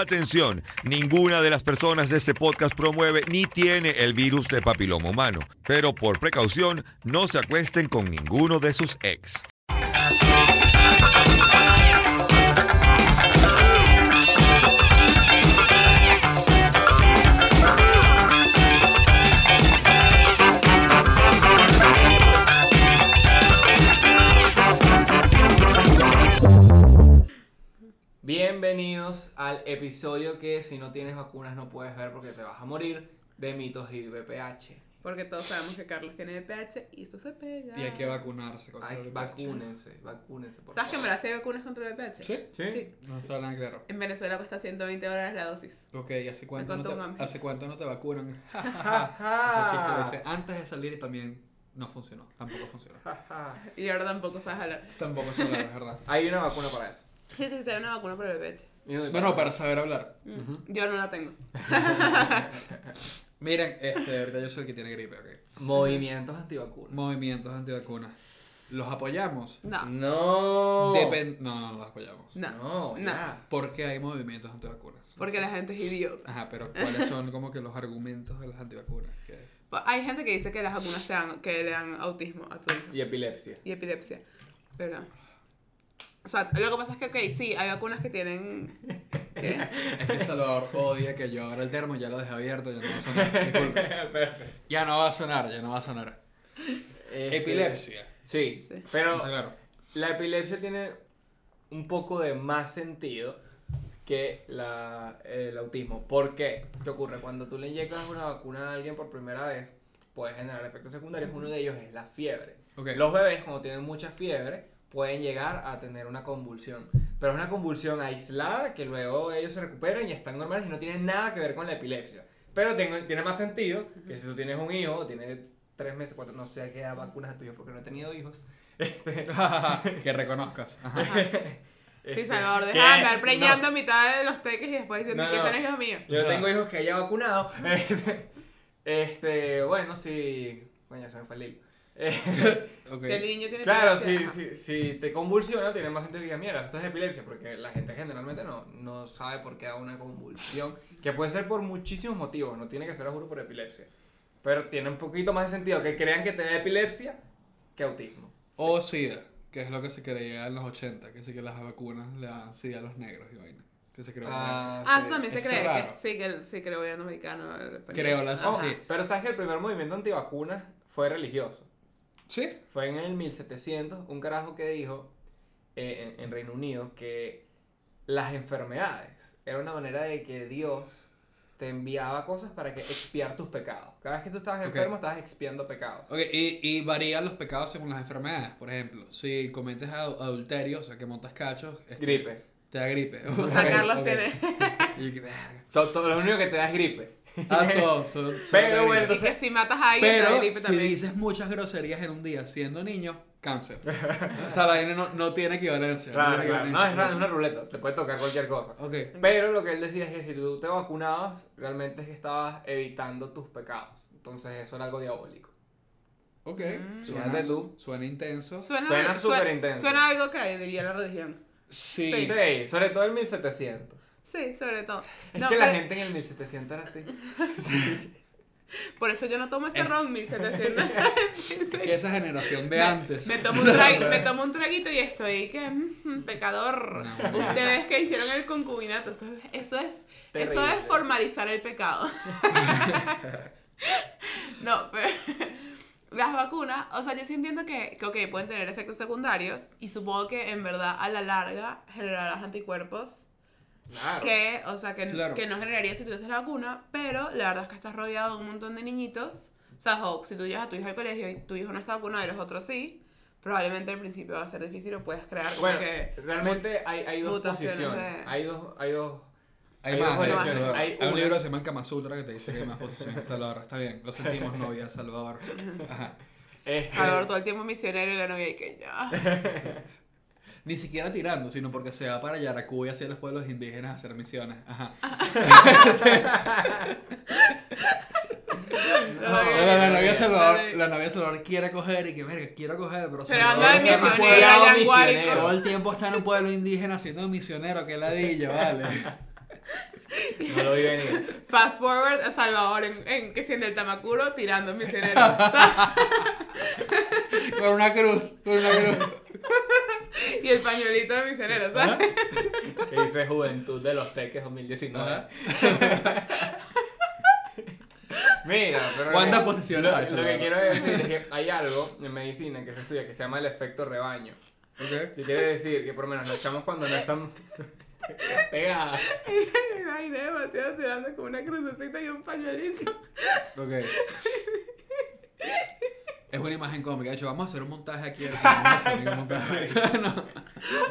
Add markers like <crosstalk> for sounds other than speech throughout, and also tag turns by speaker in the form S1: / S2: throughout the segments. S1: Atención, ninguna de las personas de este podcast promueve ni tiene el virus de papiloma humano, pero por precaución no se acuesten con ninguno de sus ex.
S2: Bienvenidos al episodio que si no tienes vacunas no puedes ver porque te vas a morir de mitos y VPH.
S3: Porque todos sabemos que Carlos tiene VPH y esto se pega.
S4: Y hay que vacunarse contra
S2: Ay,
S4: el VIH.
S2: vacúnense, vacúnense. Por
S3: ¿Sabes que en
S2: favor.
S3: Brasil hay vacunas contra el VPH?
S4: ¿Sí?
S2: ¿Sí?
S3: Sí.
S4: No está nada claro.
S3: En Venezuela cuesta 120 dólares la dosis.
S4: Ok, ¿y hace cuánto, no
S3: cuánto
S4: te,
S3: mames?
S4: ¿hace cuánto no te vacunan? <laughs> Ja, ja, ja. Ese chiste lo
S2: Ajá.
S4: hice antes de salir y también no funcionó. Tampoco funcionó.
S2: Ajá.
S3: Y ahora tampoco sabes hablar.
S4: Tampoco se hablar, es verdad.
S2: Hay una vacuna para eso.
S3: Sí, sí, sí, hay una vacuna para el VPH.
S2: Y no-
S4: Bueno, para saber hablar.
S3: Yo no la tengo.
S4: Miren, este, ahorita yo soy el que tiene gripe, ok.
S2: Movimientos antivacunas.
S4: Movimientos antivacunas. ¿Los apoyamos?
S3: No.
S2: No.
S4: Depen- no, no, no los apoyamos.
S3: No.
S2: No, ya.
S4: ¿Por qué hay movimientos antivacunas?
S3: Porque la gente es idiota.
S4: Ajá, pero ¿cuáles son como que los argumentos de las antivacunas? Que-
S3: Pa- Pues Hay gente que dice que las vacunas te dan, que le dan autismo a tu hijo.
S2: Y epilepsia.
S3: Y epilepsia. Pero. O sea, lo que pasa es que, ok, sí, hay vacunas que tienen. ¿Qué?
S4: Es que Salvador odia que yo abra el termo, ya lo dejé abierto, ya no va
S2: <laughs>
S4: a sonar. disculpa. Ya no va a sonar, ya no va a sonar.
S2: Este,
S4: Epilepsia.
S2: Sí,
S3: Sí.
S2: pero
S4: Está claro.
S2: la epilepsia tiene un poco de más sentido que la- el autismo. ¿Por qué? ¿Qué ocurre? Cuando tú le inyectas una vacuna a alguien por primera vez, puede generar efectos secundarios. Uno de ellos es la fiebre.
S4: Ok.
S2: Los <laughs> bebés, cuando tienen mucha fiebre, pueden llegar a tener una convulsión. Pero es una convulsión aislada que luego ellos se recuperan y están normales y no tienen nada que ver con la epilepsia. Pero tengo- tiene más sentido que si tú tienes un hijo, o tienes tres meses, cuatro, no sé a qué edad vacunas a tu hijo porque no he tenido hijos. <laughs> Este,
S4: <laughs> que reconozcas. Ajá.
S3: Ah.
S2: <laughs>
S3: Sí,
S2: este,
S3: Salvador,
S2: ¿qué?
S3: deja de andar
S2: No.
S3: preñando a mitad de los teques y después diciendo
S2: No,
S3: que
S2: no.
S3: ese no es lo mío.
S2: Yo
S4: Ajá.
S2: tengo hijos que haya vacunado. <laughs> Este, bueno, sí. Coño, se me fue el hilo. Eh,
S3: <laughs>
S4: Ok.
S3: Que el niño tiene
S2: claro, si, si,
S3: epilepsia.
S2: si te convulsiona, tiene más sentido que digas, mierda, esto es epilepsia, porque la gente generalmente no, no sabe por qué da una convulsión, que puede ser por muchísimos motivos, no tiene que ser, lo juro, por epilepsia. Pero tiene un poquito más de sentido que crean que te da epilepsia que autismo.
S4: O SIDA, que es lo que se creía en los 80, que sí que las vacunas le dan SIDA a los negros y vaina. Que se creó con
S2: Ah,
S3: Ah,
S2: sí.
S3: eso también se
S4: Eso
S3: cree.
S4: es
S3: Que,
S4: raro.
S3: sí, que el, sí, que el gobierno americano. el-
S4: Creo las-
S3: Ajá.
S4: sí.
S2: Ah, Pero sabes que el primer movimiento antivacunas fue religioso.
S4: eso. ¿Sí?
S2: Fue en el 1700 un carajo que dijo eh, en, en Reino Unido que las enfermedades era una manera de que Dios te enviaba cosas para que expiar tus pecados. Cada vez que tú estabas
S4: Ok.
S2: enfermo estabas expiando pecados.
S4: Ok, y, y varían los pecados según las enfermedades. Por ejemplo, si cometes adu- adulterio, o sea, que montas cachos, este,
S2: Gripe.
S4: te da gripe.
S3: O sea, Carlos
S4: tiene. <laughs> Y que, verga.
S2: To- to- lo único que te da es gripe.
S4: Ah, todo. solo- solo
S2: Pero
S4: te da
S2: bueno,
S4: gripe.
S3: Y que si matas a alguien, te da
S4: Pero
S3: gripe
S4: si
S3: también.
S4: dices muchas groserías en un día siendo niño, cáncer. <laughs> o sea, la vaina no, no tiene equivalencia.
S2: Claro,
S4: no, tiene
S2: claro. No, es
S4: equivalencia.
S2: raro, es una ruleta. Te puede tocar cualquier cosa.
S4: Ok.
S2: Pero lo que él decía es que si tú te vacunabas, realmente es que estabas evitando tus pecados. Entonces eso era algo diabólico.
S4: Ok.
S3: Mm.
S4: Suena,
S2: Fíjate tú.
S4: suena intenso.
S3: Suena,
S2: Suena
S3: suena-
S2: superintenso.
S3: Suena algo que diría la religión.
S4: Sí.
S3: Sí.
S2: Sí, sobre todo en 1700.
S3: Sí, sobre todo.
S2: Es
S3: No,
S2: que la
S3: pero-
S2: gente en el 1700 era así.
S3: Por eso yo no tomo ese ron 1700.
S4: Es que esa generación de antes.
S3: Me tomo, un tra- me tomo un traguito y estoy que mm, pecador.
S4: <laughs> No.
S3: Ustedes que hicieron el concubinato, eso, es- eso es eso
S2: Terrible.
S3: es formalizar el pecado. <laughs> no, pero <laughs> las vacunas, o sea, yo sí entiendo que, que ok, pueden tener efectos secundarios y supongo que en verdad a la larga generarás anticuerpos
S2: Claro.
S3: que, o sea, que,
S4: Claro.
S3: que no generaría si tuvieses la vacuna, pero la verdad es que estás rodeado de un montón de niñitos. O sea, jo, si tú llevas a tu hijo al colegio y tu hijo no está vacunado y los otros sí, probablemente al principio va a ser difícil o puedes crear como
S2: Bueno,
S3: que...
S2: realmente hay, hay dos
S3: mutaciones
S2: posiciones.
S3: de-
S2: Hay dos, hay dos.
S4: Hay,
S2: Hay
S4: más.
S2: dos
S4: de
S2: versiones.
S4: Salvador.
S2: Hay
S4: Hay, un
S2: una.
S4: libro que se llama Kama Sutra que te dice que hay más posiciones. Salvador, está bien. Lo sentimos, novia, Salvador. Ajá.
S2: este,
S3: Salvador todo el tiempo misionero y la novia y que
S2: <laughs>
S3: ya...
S4: Ni siquiera tirando, sino porque se va para Yaracuy hacia los pueblos indígenas a hacer misiones. Ajá.
S2: no, no,
S4: No, la, la
S2: no,
S4: novia
S2: no.
S4: Salvador, la novia Salvador quiere coger y que verga, quiero coger, pero,
S3: Pero
S4: Salvador
S3: anda de
S4: está en un
S2: demasiado
S3: misionero allá en
S2: misionero.
S4: pueblo- Todo
S2: <laughs>
S3: Guárico.
S4: el tiempo está en un pueblo indígena siendo misionero, que ladilla, vale.
S2: No lo vi venir.
S3: Fast forward a Salvador en, en que siente el Tamacuro tirando misionero. O sea,
S4: Con una cruz, con una cruz.
S3: <laughs> y el pañuelito de misionero, ¿sabes?
S2: Que dice Juventud de los Teques 2019.
S4: Ajá.
S2: Mira, pero.
S4: ¿Cuántas
S2: lo-
S4: posiciones
S2: lo-
S4: hay,
S2: Lo que
S4: Salvador?
S2: quiero decir es que hay algo en medicina que se estudia que se llama el efecto rebaño.
S4: Ok.
S2: Que quiere decir que por lo menos los chamos cuando no están <laughs> pegadas.
S3: Me <laughs> imaginé demasiado tirando con una crucecita y un pañuelito.
S4: Ok. Es una imagen cómica. De hecho, vamos a hacer un
S2: <laughs>
S4: montaje aquí. Vamos a hacer un montaje. <laughs> No.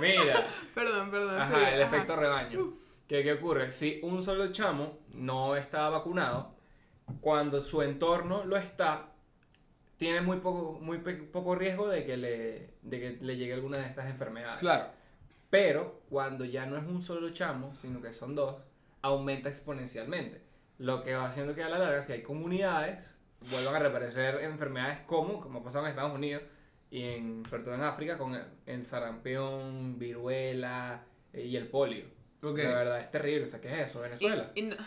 S2: Mira.
S3: Perdón, perdón.
S2: Ajá,
S3: sí,
S2: el efecto rebaño. ¿Qué, ¿Qué ocurre? Si un solo chamo no está vacunado, cuando su entorno lo está, tiene muy poco, muy pe- poco riesgo de que, le, de que le llegue alguna de estas enfermedades.
S4: Claro.
S2: Pero cuando ya no es un solo chamo, sino que son dos, aumenta exponencialmente. Lo que va haciendo que a la larga, si hay comunidades, vuelvan a reaparecer enfermedades como, como ha pasado en Estados Unidos y en, sobre todo en África, con el, el sarampión, viruela eh, y el polio.
S4: Ok.
S2: La verdad es terrible. O sea, ¿qué es eso? Venezuela.
S3: In- <laughs>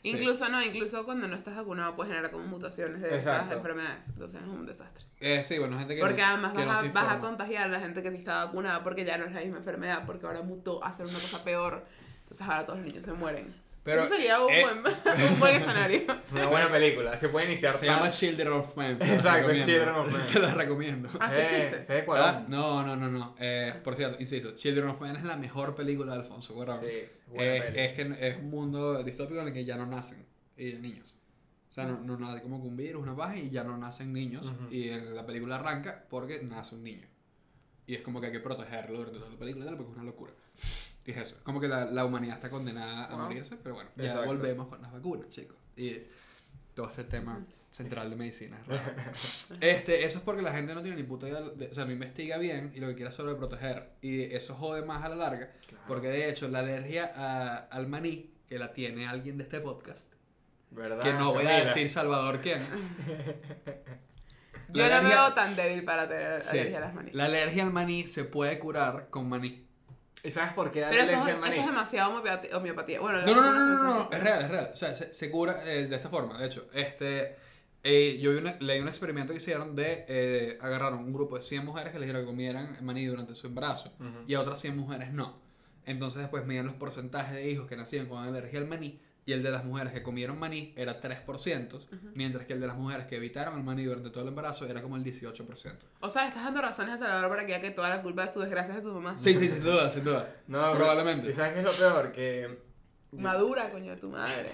S4: Sí.
S3: Incluso no, incluso cuando no estás vacunado puedes generar como mutaciones de estas
S2: Exacto.
S3: enfermedades. Entonces es un desastre.
S4: Eh, sí, bueno, gente que.
S3: Porque
S4: no-
S3: además
S4: que
S3: vas,
S4: no se
S3: a, vas a
S4: informa.
S3: contagiar a la gente que sí está vacunada porque ya no es la misma enfermedad, porque ahora mutó a hacer una cosa peor. Entonces ahora todos los niños se mueren.
S4: Pero,
S3: Eso sería un,
S4: eh,
S3: buen, <laughs> un buen
S4: <laughs>
S3: escenario.
S2: Una buena película. Se puede iniciar.
S4: Se
S2: tan-
S4: llama Children of Men. se la
S2: Exacto,
S4: recomiendo.
S2: Children of Men.
S4: Se la recomiendo.
S3: Así
S2: Eh,
S3: existe.
S2: Se ve
S4: Ah,
S2: cuadrón.
S4: No, no, no, no. Eh, por cierto, insisto, Children of Men es la mejor película de Alfonso Cuarón.
S2: Sí, buena
S4: es,
S2: peli.
S4: es que es un mundo distópico en el que ya no nacen eh, niños. O sea, no, no nace como que un virus, una paja, y ya no nacen niños.
S2: Ujú.
S4: Y en la película arranca porque nace un niño. Y es como que hay que protegerlo durante toda la película, y tal, porque es una locura. Y es eso. Es como que la, la humanidad está condenada a
S2: Wow.
S4: morirse, pero bueno, ya
S2: Exacto.
S4: volvemos con las vacunas, chicos. Y todo este tema central de medicina es raro.
S2: <laughs>
S4: Este, eso es porque la gente no tiene ni puta idea, de- o sea, no investiga bien y lo que quiere es sobreproteger. Y eso jode más a la larga,
S2: Claro.
S4: porque de hecho la alergia a- al maní, que la tiene alguien de este podcast,
S2: ¿Verdad?
S3: Ah,
S4: que no voy a
S2: Camila?
S4: decir Salvador
S3: <laughs>
S4: quién.
S3: Yo
S4: la
S3: no me
S4: alergia-
S3: veo tan débil para tener
S4: Sí,
S3: alergia a las maní.
S4: La alergia al maní se puede curar con maní.
S2: ¿Y sabes por qué
S3: Pero eso,
S2: alergia
S3: es-
S2: al maní?
S3: eso es demasiado homeopati- homeopatía. Bueno,
S4: No, no,
S3: las
S4: no, no,
S3: vacunas
S4: no, no,
S3: son
S4: no, es real, es real. O sea, se, se cura eh, de esta forma. De hecho, este, eh, yo vi una- leí un experimento que hicieron de eh, agarraron un grupo de 100 mujeres que les dijeron que comieran maní durante su embarazo
S2: Ujú.
S4: y a otras 100 mujeres no. Entonces después miden los porcentajes de hijos que nacían con alergia al maní y el de las mujeres que comieron maní era 3%, mientras que el de las mujeres que evitaron el maní durante todo el embarazo era como el 18%.
S3: O sea, le estás dando razones a Salvador para que ya que toda la culpa de su desgracia es de su mamá.
S4: Sí, sí, sin duda, sin duda.
S2: No,
S4: Probablemente.
S2: ¿Y sabes qué es lo peor? Que
S3: Madura, coño, de tu
S4: <laughs>
S3: madre.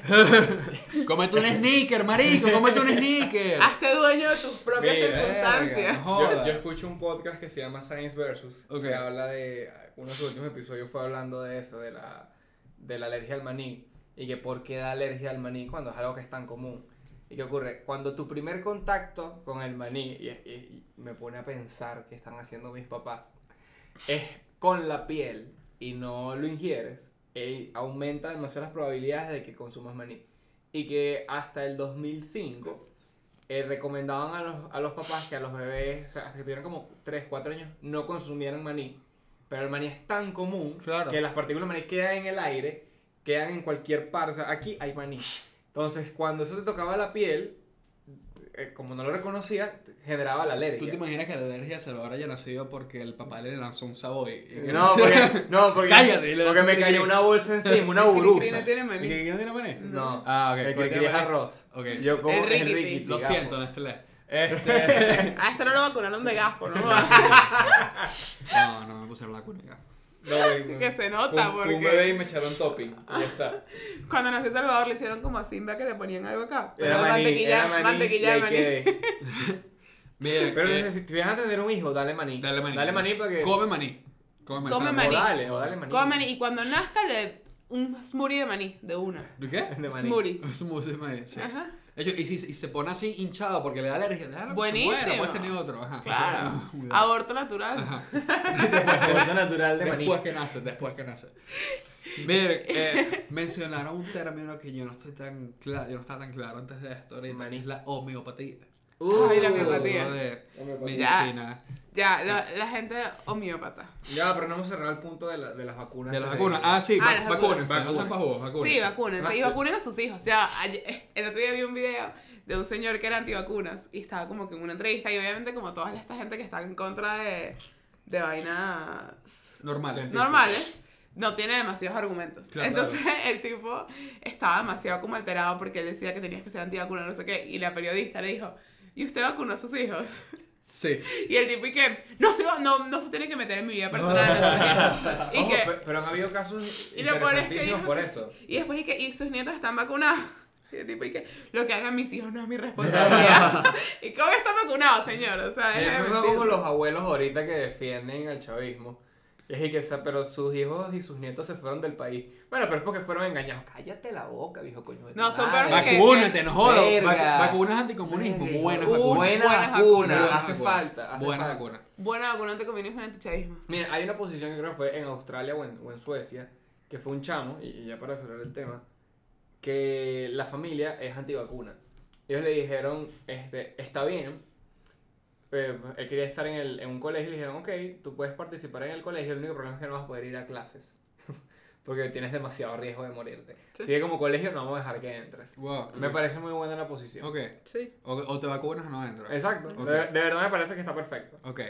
S4: Cómete un sneaker, marico, cómete un sneaker.
S3: Hazte dueño de tus propias
S2: Verga,
S3: circunstancias.
S2: Yo,
S4: no joda.
S2: yo escucho un podcast que se llama Science Versus,
S4: Ok.
S2: que habla de, uno de sus últimos episodios fue hablando de eso, de la, de la alergia al maní, y que por qué da alergia al maní cuando es algo que es tan común. ¿Y qué ocurre? Cuando tu primer contacto con el maní, y, y- y me pone a pensar qué están haciendo mis papás, es con la piel y no lo ingieres, eh, aumenta demasiado las probabilidades de que consumas maní. Y que hasta el 2005 eh, recomendaban a los, a los papás que a los bebés, o sea, hasta que tuvieran como 3, 4 años, no consumieran maní. Pero el maní es tan común
S4: Claro.
S2: que las partículas de maní quedan en el aire, quedan en cualquier parte. O sea, aquí hay maní. Entonces, cuando eso te tocaba la piel, eh, como no lo reconocía, generaba la alergia.
S4: ¿Tú te imaginas que la alergia se lo habrá ya nacido porque el papá le lanzó un saboy? Y <laughs> que-
S2: No, porque, no, porque,
S4: Cállate, le
S2: porque
S4: das
S2: me
S4: un
S2: cayó
S4: cri-cri.
S2: una bolsa encima, una
S3: <laughs> Cri-cri
S2: burusa.
S3: no tiene
S4: ¿Y que
S3: maní.
S4: que no tiene maní?
S2: No,
S4: Ah, ok.
S2: el que
S4: ¿Cuál tiene
S2: quería es
S4: maní?
S2: arroz.
S4: Ok.
S2: Yo como
S3: El
S2: el
S3: riquiti.
S2: riquiti,
S4: Lo
S2: digamos.
S4: siento, Nestlé.
S2: <laughs>
S4: Este...
S3: A esta no lo vacunaron de gaspo,
S4: <laughs>
S3: ¿no?
S4: no, no me pusieron la cúnica.
S2: No,
S3: <laughs>
S2: güey,
S3: Que se nota,
S2: fue un- fue un
S3: porque-
S2: bebé y me echaron topping. y ya
S3: <laughs>
S2: está.
S3: Cuando nació Salvador le hicieron como a Simba que le ponían algo acá. Pero
S2: Era maní,
S3: mantequilla,
S2: era maní.
S3: mantequilla
S2: y
S3: de
S2: ahí
S3: maní.
S4: <laughs>
S2: quedé.
S4: Mira,
S2: Pero
S4: eh,
S2: entonces, si te vas a tener un hijo, dale maní.
S4: dale maní.
S2: Dale maní para que.
S4: Come maní. Come maní.
S3: Come
S4: se la
S3: maní.
S2: O
S4: puedo
S2: dale, o dale maní. <laughs>
S3: Come maní. Y cuando nazca le un smoothie de maní, de una.
S4: dar. ¿De qué?
S2: De maní.
S3: Smoothie.
S4: Es un museo de maní, sí.
S3: Ajá.
S4: De hecho, y, si, y se pone así hinchado porque le da alergia. Déjalo que se
S3: Buenísimo.
S4: muera, Puedes tener otro. Ajá. <laughs>
S3: Claro. Ah,
S4: Muy bien.
S3: Aborto natural.
S2: Alimento natural de maní.
S4: Después que nace, después que nace. Miren, eh, mencionaron un término que yo no estoy tan claro, yo no estaba tan claro antes de esto ahorita,
S2: Maní.
S4: que es la homeopatía.
S3: Ay, la
S2: Uh,
S3: homeopatía.
S4: de
S2: homeopatía.
S4: medicina.
S3: Ya, la, la gente homeópata.
S2: Ya, pero no hemos cerrado el punto de, la- de las vacunas.
S4: De las vacunas. Ah, sí,
S3: Ah,
S4: va-
S3: las vacunas.
S4: vacúnense, no sean
S2: Vacunas.
S4: pavos, vacúnense.
S3: Sí, vacúnense. Y
S2: Rápido.
S3: vacunen a sus hijos. O sea, ayer- <laughs> el otro día vi un video de un señor que era antivacunas y estaba como que en una entrevista. Y obviamente, como toda esta gente que está en contra de, de vainas
S4: Normal.
S2: Sí.
S3: normales, no tiene demasiados argumentos.
S4: Claro.
S3: Entonces, <laughs> el tipo estaba demasiado como alterado porque él decía que tenías que ser antivacuna, no sé qué. Y la periodista le dijo. ¿Y usted vacunó a sus hijos? <laughs>
S4: Sí.
S3: Y el tipo, y que, no se, va- no, no se tiene que meter en mi vida personal. no sé
S2: <laughs>
S3: qué. Y
S2: Ojo,
S3: que,
S2: pe- pero han habido casos
S3: Y lo peor es que
S2: interesantísimos
S3: dijo
S2: por
S3: que-
S2: eso.
S3: Y después, ¿y, que, y sus nietos están vacunados. <laughs> Y el tipo, ¿y que Lo que hagan mis hijos no es mi responsabilidad. <laughs> ¿Y cómo están vacunados, señor? O sea, deje de
S2: Esos son
S3: mentir.
S2: como los abuelos ahorita que defienden al chavismo. Y es que, o sea, pero sus hijos y sus nietos se fueron del país. Bueno, pero es porque fueron engañados. Cállate la boca, viejo coño. de tu
S3: No, son
S2: madre.
S3: peores que-
S4: Vacúnate, no jodas.
S2: Verga.
S4: Vacu- Vacunas anticomunismo.
S2: Verga.
S4: Buenas
S2: Uh, Buena vacuna.
S3: Buenas
S4: vacunas.
S3: vacunas.
S4: Buenas
S2: Hace
S4: vacunas.
S2: falta. Hace
S4: Buena
S2: falta.
S4: vacuna.
S3: Bueno, vacunante comunismo y antichavismo.
S2: Mira, hay una posición que creo que fue en Australia o en, o en Suecia, que fue un chamo, y, y ya para cerrar el tema, que la familia es antivacuna. Ellos le dijeron, este, está bien, eh, él quería estar en, el- en un colegio y le dijeron, ok, tú puedes participar en el colegio, el único problema es que no vas a poder ir a clases, <laughs> porque tienes demasiado riesgo de morirte.
S3: Sí.
S2: Así que como colegio no vamos a dejar que entres.
S4: Wow.
S2: Me parece muy buena la posición.
S4: Ok.
S3: Sí.
S4: O, o te vacunas o no entras.
S2: Exacto,
S4: Ok.
S2: de, de verdad me parece que está perfecto.
S4: Ok.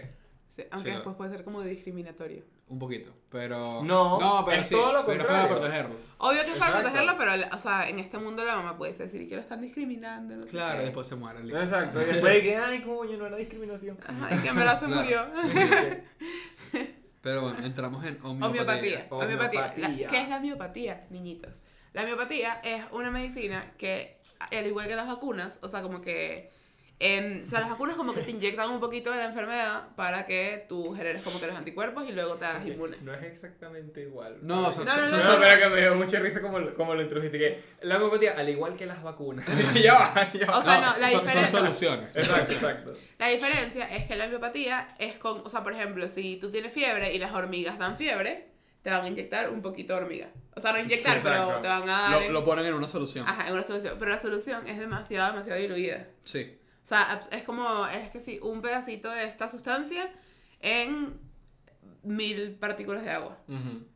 S3: aunque
S4: Sí.
S3: después puede ser como discriminatorio.
S4: Un poquito. Pero.
S2: No,
S4: pero
S2: es
S4: sí,
S2: todo lo
S4: pero es para
S2: contrario.
S4: protegerlo.
S3: Obvio que es para
S2: Exacto.
S3: protegerlo, pero, o sea, en este mundo la mamá puede decir que lo están discriminando. No sé
S4: Claro,
S3: qué.
S4: después se muere. listo. <laughs>
S2: Exacto, y después de que, ay, coño, no era discriminación.
S3: Ajá, y que en verdad se
S4: Claro.
S3: murió.
S4: Pero bueno, entramos
S3: <laughs>
S4: en
S3: Homeopatía.
S4: homeopatía.
S3: Homeopatía. La-
S2: Homeopatía.
S3: ¿Qué es la homeopatía, niñitos? La homeopatía es una medicina que, al igual que las vacunas, o sea, como que... em, o sea, las vacunas como que te inyectan un poquito de la enfermedad para que tú generes como que los anticuerpos y luego te hagas inmune.
S2: No es exactamente igual.
S4: No, o sea,
S3: Ah, No,
S2: No,
S3: no,
S4: son- son-
S3: no,
S4: son-
S3: no.
S2: pero que me dio mucha risa como, lo- como lo introdujiste. Que la homeopatía, al igual que las vacunas. <laughs> ya va, ya va.
S3: O sea, no, la
S4: son- son,
S3: diferencia- Eh,
S4: soluciones. son
S2: Exacto, exacto.
S3: La diferencia es que la homeopatía es con... O sea, por ejemplo, si tú tienes fiebre y las hormigas dan fiebre, te van a inyectar un poquito de hormiga. O sea, no inyectar, pero
S2: Exacto.
S3: te van a dar...
S4: Lo,
S3: en-
S4: lo ponen en una solución.
S3: Ajá, en una solución. Pero la solución es demasiado, demasiado diluida.
S4: Sí.
S3: O sea, abs- es como, es que sí, un pedacito de esta sustancia en mil partículas de agua.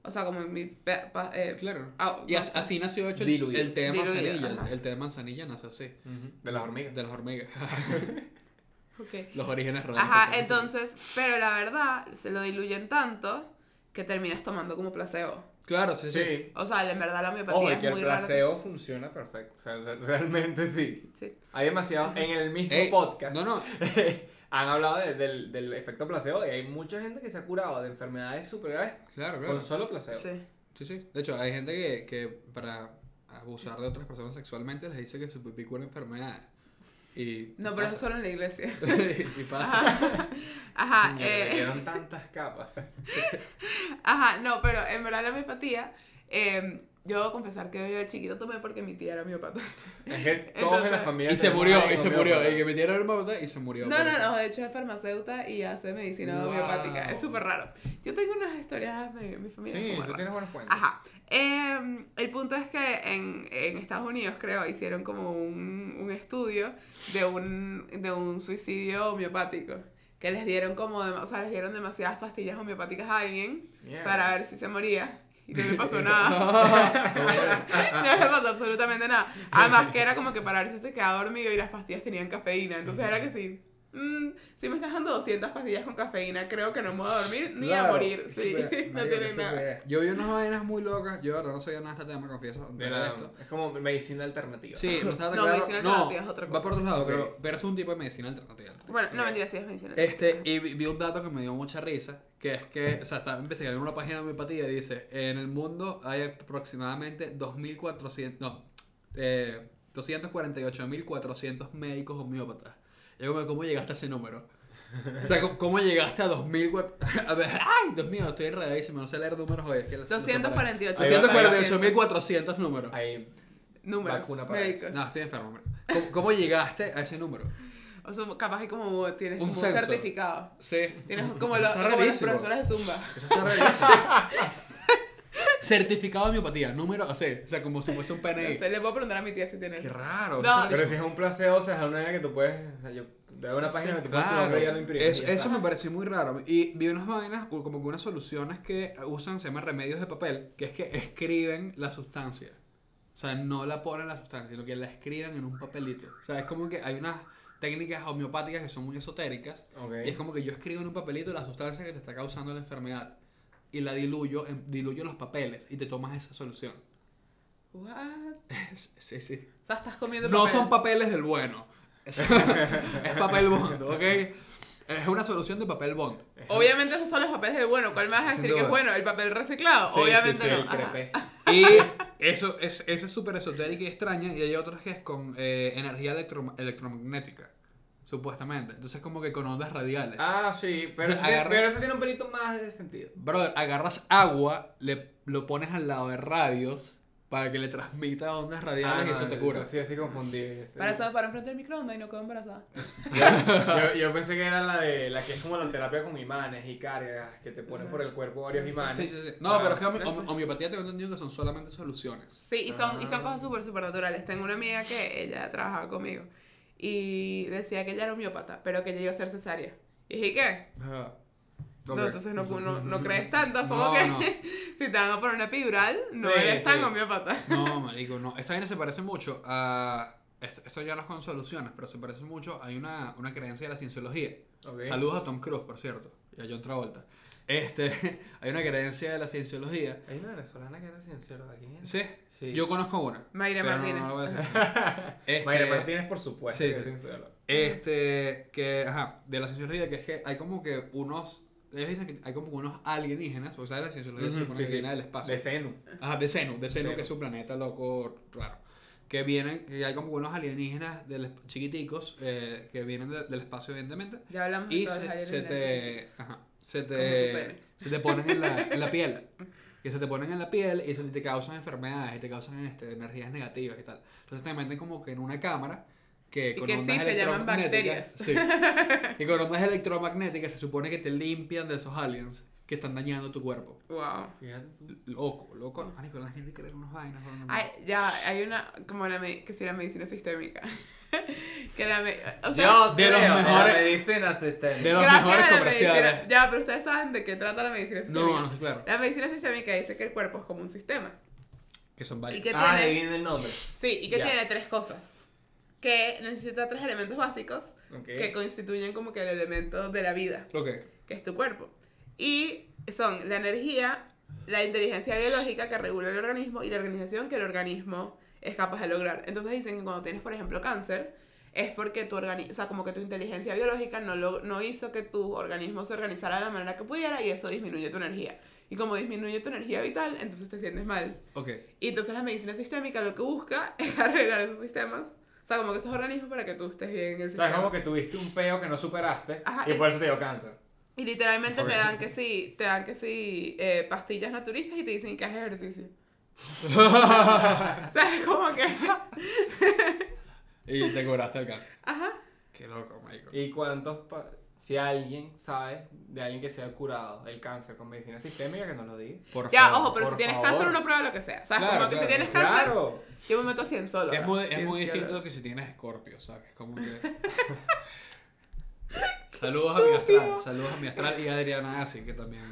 S3: O sea, como en mil... pe- pa- eh,
S4: Claro.
S3: ah,
S4: Y
S3: no
S4: as-
S3: sé.
S4: así nació de hecho el,
S2: Diluido.
S4: el té de
S3: Diluido,
S4: manzanilla. El-
S3: ajá.
S4: El té de manzanilla nace así.
S2: De las hormigas.
S4: De las hormigas. <laughs>
S3: Ok.
S4: Los orígenes reales. del
S3: Ajá,
S4: té de manzanilla.
S3: entonces, pero la verdad, se lo diluyen tanto que terminas tomando como placebo.
S4: Claro, sí, sí.
S2: Sí.
S3: O sea, en verdad la homeopatía
S2: Ojo, y
S3: es
S2: que el
S3: muy rara.
S2: placebo funciona perfecto. O sea, re- realmente sí.
S3: Sí.
S2: Hay demasiados. En el mismo
S4: Ey,
S2: podcast
S4: No, no.
S2: <laughs> han hablado de- del, del efecto placebo y hay mucha gente que se ha curado de enfermedades super graves
S4: Claro, claro.
S2: con solo placebo.
S3: Sí.
S4: Sí, sí. De hecho, hay gente que, que para abusar de otras personas sexualmente les dice que su pipí cura enfermedades. Y
S3: No, pero eso
S4: pasa.
S3: solo en la iglesia. <laughs>
S4: y pasa.
S3: Ajá,
S2: <laughs> Mierda,
S3: eh,
S2: le quedaron tantas capas.
S3: <laughs> Ajá, no, pero en verdad la homeopatía, eh, yo debo confesar que yo de chiquita tomé porque mi tía era homeopata.
S2: Es que todos en la
S3: Entonces-
S2: familia.
S4: Y se
S2: tenemos
S4: murió,
S2: alguien
S4: y se
S2: homeópata.
S4: murió. Y que metieron el bota y se murió. pues.
S3: No,
S4: por
S3: no,
S4: eso.
S3: no, de hecho es farmacéutica y hace medicina
S4: Wow.
S3: homeopática. Es súper raro. Yo tengo unas historias de mi familia. es
S2: Sí,
S3: como
S2: tú
S3: rara.
S2: tienes buenos cuentos.
S3: Ajá. Eh, el punto es que en, en Estados Unidos, creo, hicieron como un, un estudio de un, de un suicidio homeopático. Que les dieron como, dem- o sea, les dieron demasiadas pastillas homeopáticas a alguien
S2: Mierda.
S3: para ver si se moría. Y no le
S4: <laughs>
S3: pasó nada. <laughs> No le pasó absolutamente nada. Además que era como que para ver si se quedaba dormido y las pastillas tenían cafeína. Entonces era que sí. mm, si me estás dando 200 pastillas con cafeína, creo que no me voy a dormir ni a
S4: Claro.
S3: morir. Sí,
S4: Mira,
S3: <laughs> no
S4: marico,
S3: tiene
S4: eso
S3: nada.
S4: fue- Yo vi unas vainas muy locas. Yo de verdad no sabía nada de este tema, confieso. antes
S2: De
S4: de
S2: la-
S4: esto.
S2: es como medicina alternativa.
S4: Sí, no estaba tan
S3: No,
S4: claro.
S3: medicina
S4: no,
S3: alternativa es otra
S4: va
S3: cosa.
S4: por otro lado,
S2: Ok.
S4: pero, pero es un tipo de medicina alternativa.
S3: Bueno, no mentira, sí es medicina.
S4: Este, y vi vi un dato que me dio mucha risa, que es que, o sea, estaba investigando en una página de homeopatía y dice, en el mundo hay aproximadamente 2.400, no, eh, 248.400 médicos homeópatas. Y yo como, ¿cómo llegaste a ese número? O sea, ¿cómo, cómo llegaste a 2.000? A ver, ay, Dios mío, estoy enredadísimo, no sé leer números hoy. Es que los- los separé.
S3: 248.
S4: 248.400 números.
S2: Ahí,
S3: números
S2: Vacuna para
S3: médicos.
S4: No, estoy enfermo. hombre. ¿Cómo, cómo llegaste a ese número?
S3: O sea, capaz hay como tienes
S4: Un
S3: como un
S4: sensor.
S3: certificado.
S4: Sí.
S3: Tienes como,
S4: Eso
S3: los, como
S4: está
S3: los
S4: rarísimo.
S3: profesores de Zumba.
S4: Eso está rarísimo. Certificado de miopatía, número, o sea, o sea, como si fuese un
S3: No
S4: PNI.
S3: sé, le puedo preguntar a mi tía si tiene.
S4: Qué
S3: No,
S4: raro.
S2: pero si es un placebo, o sea, es una vaina que tú puedes. O sea, yo De una página donde te puedes
S4: Claro,
S2: colocar y ya lo imprimes.
S4: es-
S2: y ya
S4: eso
S2: está.
S4: me pareció muy raro. Y vi unas vainas, u- como que unas soluciones que usan, se llaman remedios de papel, que es que escriben la sustancia. O sea, no la ponen la sustancia, sino que la escriben en un papelito. O sea, es como que hay unas técnicas homeopáticas que son muy esotéricas.
S2: Ok.
S4: Y es como que yo escribo en un papelito la sustancia que te está causando la enfermedad. Y la diluyo, en, diluyo en los papeles y te tomas esa solución.
S3: What?
S4: sí, sí.
S3: O sea, estás comiendo
S4: No
S3: papel.
S4: son papeles del bueno. Es, <laughs> es papel bond, ¿ok? Es una solución de papel bond.
S3: Obviamente esos son los papeles del bueno. ¿Cuál me vas a
S4: Sin
S3: decir que es
S4: duda.
S3: bueno? ¿El papel reciclado?
S4: Sí,
S3: Obviamente
S4: sí, sí,
S3: no.
S2: El
S3: Ajá.
S4: <laughs>
S2: crepé.
S4: Y eso es, esa es súper esotérica y extraña. Y hay otras que es con eh, energía electro- electromagnética, supuestamente. Entonces, como que con ondas radiales.
S2: Ah, sí, pero,
S4: O sea,
S2: eso tiene-
S4: agarra-
S2: pero eso tiene un pelito más de sentido.
S4: Brother, agarras agua, le, lo pones al lado de radios para que le transmita ondas radiales y eso te cura.
S2: Ah, Sí, estoy confundido. yo estoy-
S3: Para eso me paro enfrente del microondas y no quedo embarazada.
S2: yo, yo pensé que era la de la que es como la terapia con imanes y cargas que te ponen por el cuerpo varios imanes.
S4: Sí, sí, sí. No, pero es que homi- hom- homeopatía tengo entendido que son solamente soluciones.
S3: Sí, y son, y son
S2: Ah.
S3: cosas súper, súper naturales. Tengo una amiga que ella trabajaba conmigo y decía que ella era homeópata, pero que ella iba a hacer cesárea. Y dije, ¿qué?
S4: Ajá.
S3: No,
S4: Ok.
S3: entonces no, no, no crees tanto. Es como
S4: No,
S3: que
S4: no.
S3: <laughs> si te van a poner una epidural, no
S2: Sí,
S3: eres tan
S2: sí.
S3: homeópata.
S4: No, marico, no. Esta vaina se parece mucho a. Esto, esto ya no son soluciones, pero se parece mucho. Hay una, una creencia de la cienciología.
S2: Ok.
S4: Saludos a Tom Cruise, por cierto, y a John Travolta. Este, <laughs> hay una creencia de la cienciología.
S2: Hay una venezolana que era ciencióloga aquí. ¿eh?
S4: ¿Sí?
S2: Sí.
S4: Yo conozco una.
S3: Mayra
S4: pero no,
S3: Martínez.
S4: No, no, lo voy a decir. Este,
S2: Mayra Martínez, por supuesto,
S4: sí,
S2: que es
S4: sí.
S2: ciencióloga.
S4: Este, que, ajá, de la cienciología, que es que hay como que unos. Ellos dicen que hay como que unos alienígenas, porque sabes la cienciología se
S2: Ujú,
S4: supone
S2: sí,
S4: que
S2: sí.
S4: viene del espacio.
S2: De Zenu.
S4: Ajá, de Zenu, de Zenu,
S2: Zenu.
S4: que es un planeta loco raro. Que vienen, que hay como unos alienígenas del esp- chiquiticos eh, que vienen de- del espacio, evidentemente.
S3: Ya hablamos de
S4: Y
S3: todos los
S4: se, se
S3: alienígenas
S4: te,
S3: chiquitos.
S4: ajá, se,
S3: Como tu
S4: te,
S3: pene.
S4: se te ponen
S3: <laughs>
S4: en la, en la piel. Que se te ponen en la piel y se te causan enfermedades y te causan este, energías negativas y tal. Entonces te meten como que en una cámara que
S3: Y
S4: con
S3: que sí,
S4: ondas
S3: se llaman
S4: electromagnéticas-
S3: <laughs>
S4: sí. Y con ondas electromagnéticas se supone que te limpian de esos aliens que están dañando tu cuerpo.
S3: Wow.
S2: Fíjate tú.
S4: Loco, loco. Marico, la gente cree en unas vainas. weón.
S3: Mm. Ay, ya, hay una, como la me- que si la medicina sistémica. <laughs> que la me- o sea,
S2: Yo
S4: de
S2: creo
S4: los
S2: en la
S4: mejores-
S2: medicina sistémica.
S4: de los
S3: gracias
S4: mejores
S3: a la
S4: comerciales.
S3: medicina- Ya, pero ustedes saben de qué trata la medicina sistémica.
S4: No, no estoy claro.
S3: La medicina sistémica dice que el cuerpo es como un sistema.
S4: Que son
S3: Y
S4: varios.
S3: que
S2: Ah, ahí
S3: tiene,
S2: viene el nombre.
S3: sí, y que
S2: Ya.
S3: tiene tres cosas. Que necesita tres elementos básicos
S2: Ok.
S3: que constituyen como que el elemento de la vida,
S4: Ok.
S3: que es tu cuerpo. Y son la energía, la inteligencia biológica que regula el organismo y la organización que el organismo es capaz de lograr. Entonces dicen que cuando tienes, por ejemplo, cáncer, es porque tu organismo, o sea, como que tu inteligencia biológica no, lo- no hizo que tu organismo se organizara de la manera que pudiera y eso disminuye tu energía. Y como disminuye tu energía vital, entonces te sientes mal.
S4: Ok.
S3: Y entonces la medicina sistémica lo que busca <laughs> es arreglar esos sistemas, o sea, como que esos organismos para que tú estés bien en el
S2: O sea,
S3: sistema.
S2: es como que tuviste un peo que no superaste
S3: Ajá,
S2: y
S3: y-
S2: por eso te dio cáncer.
S3: Y literalmente
S2: Ok.
S3: te dan que sí, te dan que sí, eh, pastillas naturistas y te dicen que hagas ejercicio.
S4: <laughs>
S3: o sea, es como que...
S4: Y te curaste el cáncer.
S3: Ajá.
S4: Qué loco, marico.
S2: ¿Y cuántos... pa- si alguien sabe de alguien que se ha curado el cáncer con medicina sistémica, que nos lo diga.
S4: Por
S3: Ya,
S4: favor.
S3: ojo, pero
S2: por
S3: si tienes
S2: favor.
S3: cáncer uno prueba lo que sea. O sea, es
S4: Claro,
S3: como que si
S4: claro,
S3: tienes cáncer,
S2: ¡Claro!
S3: yo me meto a cienzóloga.
S4: Es muy, es muy
S3: Ciencióloga.
S4: distinto que si tienes escorpio, ¿sabes? Como que...
S3: <laughs>
S4: saludos a mi astral, saludos a mi astral y a Adriana Gassi, que también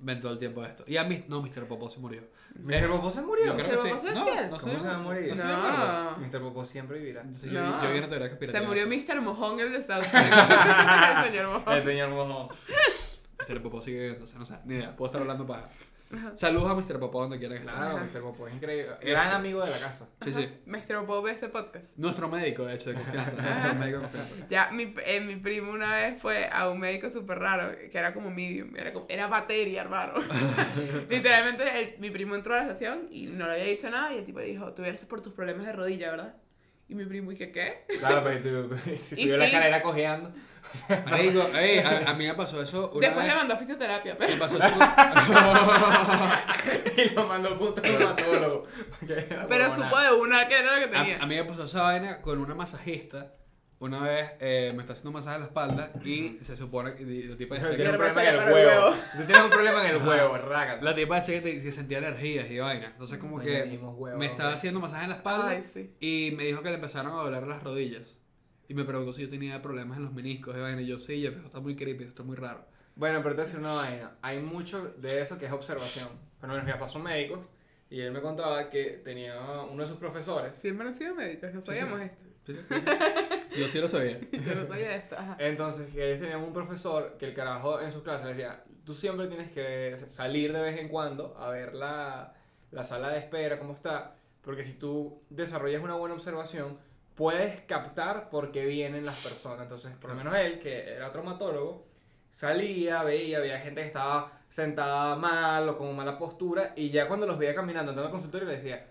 S4: ven todo el tiempo de esto. Y a mi... No, Mr. Popó se murió.
S2: ¿Mr. Popó se murió?
S4: Yo creo
S3: ¿Mr.
S4: que
S3: Popó
S4: sí.
S3: se
S4: No,
S3: murió?
S4: no sé,
S2: ¿Cómo se va a morir?
S4: No, sé,
S3: No.
S4: me acuerdo.
S2: Mr. Popó siempre vivirá.
S4: Sí, yo,
S3: No.
S4: yo vi una teoría
S3: Se
S4: conspirativa.
S3: murió Mr. Mojón, el de South
S4: <laughs>
S3: Park. <laughs> el señor Mojón.
S2: El señor Mojón.
S4: Mr. Popó sigue viviendo, o sea, no sé, ni idea. Puedo estar hablando paja. Saludos a Mr. Popó donde quiera que esté.
S2: Claro, Mr. Popó es increíble. Este- Gran amigo de la casa.
S4: Sí, sí.
S3: Maestro Bob este podcast.
S4: Nuestro médico, de hecho,
S3: <laughs>
S4: de confianza. Nuestro médico de confianza.
S3: Ya, mi, eh, mi primo una vez fue a un médico súper raro, que era como medium, era, como- era batería, hermano. Literalmente, el- mi primo entró a la estación y no le había dicho nada y el tipo le dijo, tú vienes por tus problemas de rodilla, ¿verdad? Y mi primo, ¿y qué qué?
S2: Claro, pero
S3: <laughs>
S2: tú- si
S3: Y
S2: subió la
S3: sí.
S2: escalera cojeando.
S4: Marico, ey, a, a mí me pasó eso una
S3: Después le
S4: vez.
S3: mandó a fisioterapia,
S4: Me
S3: pero...
S4: pasó <laughs> eso...
S2: <laughs> y lo mandó puto a un <laughs> patólogo.
S3: <laughs> Pero supo de una que era lo que tenía.
S4: A, a mí me pasó esa vaina con una masajista. Una vez eh, me está haciendo un masaje en la espalda y se supone que y la tipa decía
S2: Tienes
S4: que,
S2: un
S3: Quiero
S2: problema en
S3: pasarle
S2: el
S3: para el
S2: huevo.
S3: huevo.
S2: Tú tienes un problema en el huevo, rágate.
S4: la tipa decía que, te- que sentía energías y vaina. Entonces como
S2: Ay,
S4: que
S2: venimos, huevón,
S4: me estaba
S2: hombre.
S4: haciendo masaje en la espalda
S3: Ay, sí.
S4: y me dijo que le empezaron a doler las rodillas. Y me preguntó si yo tenía problemas en los meniscos. Y vaina, y yo sí, yo, "Eso está muy creepy, eso está muy raro.
S2: Bueno, pero te voy a decir una vaina. Hay mucho de eso que es observación. Bueno, mis papás son médicos y él me contaba que tenía uno de sus profesores.
S3: Siempre han sido médicos, no sabíamos esto.
S4: Sí, sí,
S3: <laughs>
S4: sí. Yo sí lo sabía.
S3: Yo no sabía esto.
S2: <laughs>
S3: Ajá.
S2: Entonces, que ellos tenían un profesor que el carajo en sus clases le decía, tú siempre tienes que salir de vez en cuando a ver la, la sala de espera, cómo está, porque si tú desarrollas una buena observación, puedes captar por qué vienen las personas. Entonces, por lo menos él, que era traumatólogo, salía, veía, veía gente que estaba sentada mal o con mala postura, y ya cuando los veía caminando, entrando al consultorio, le decía,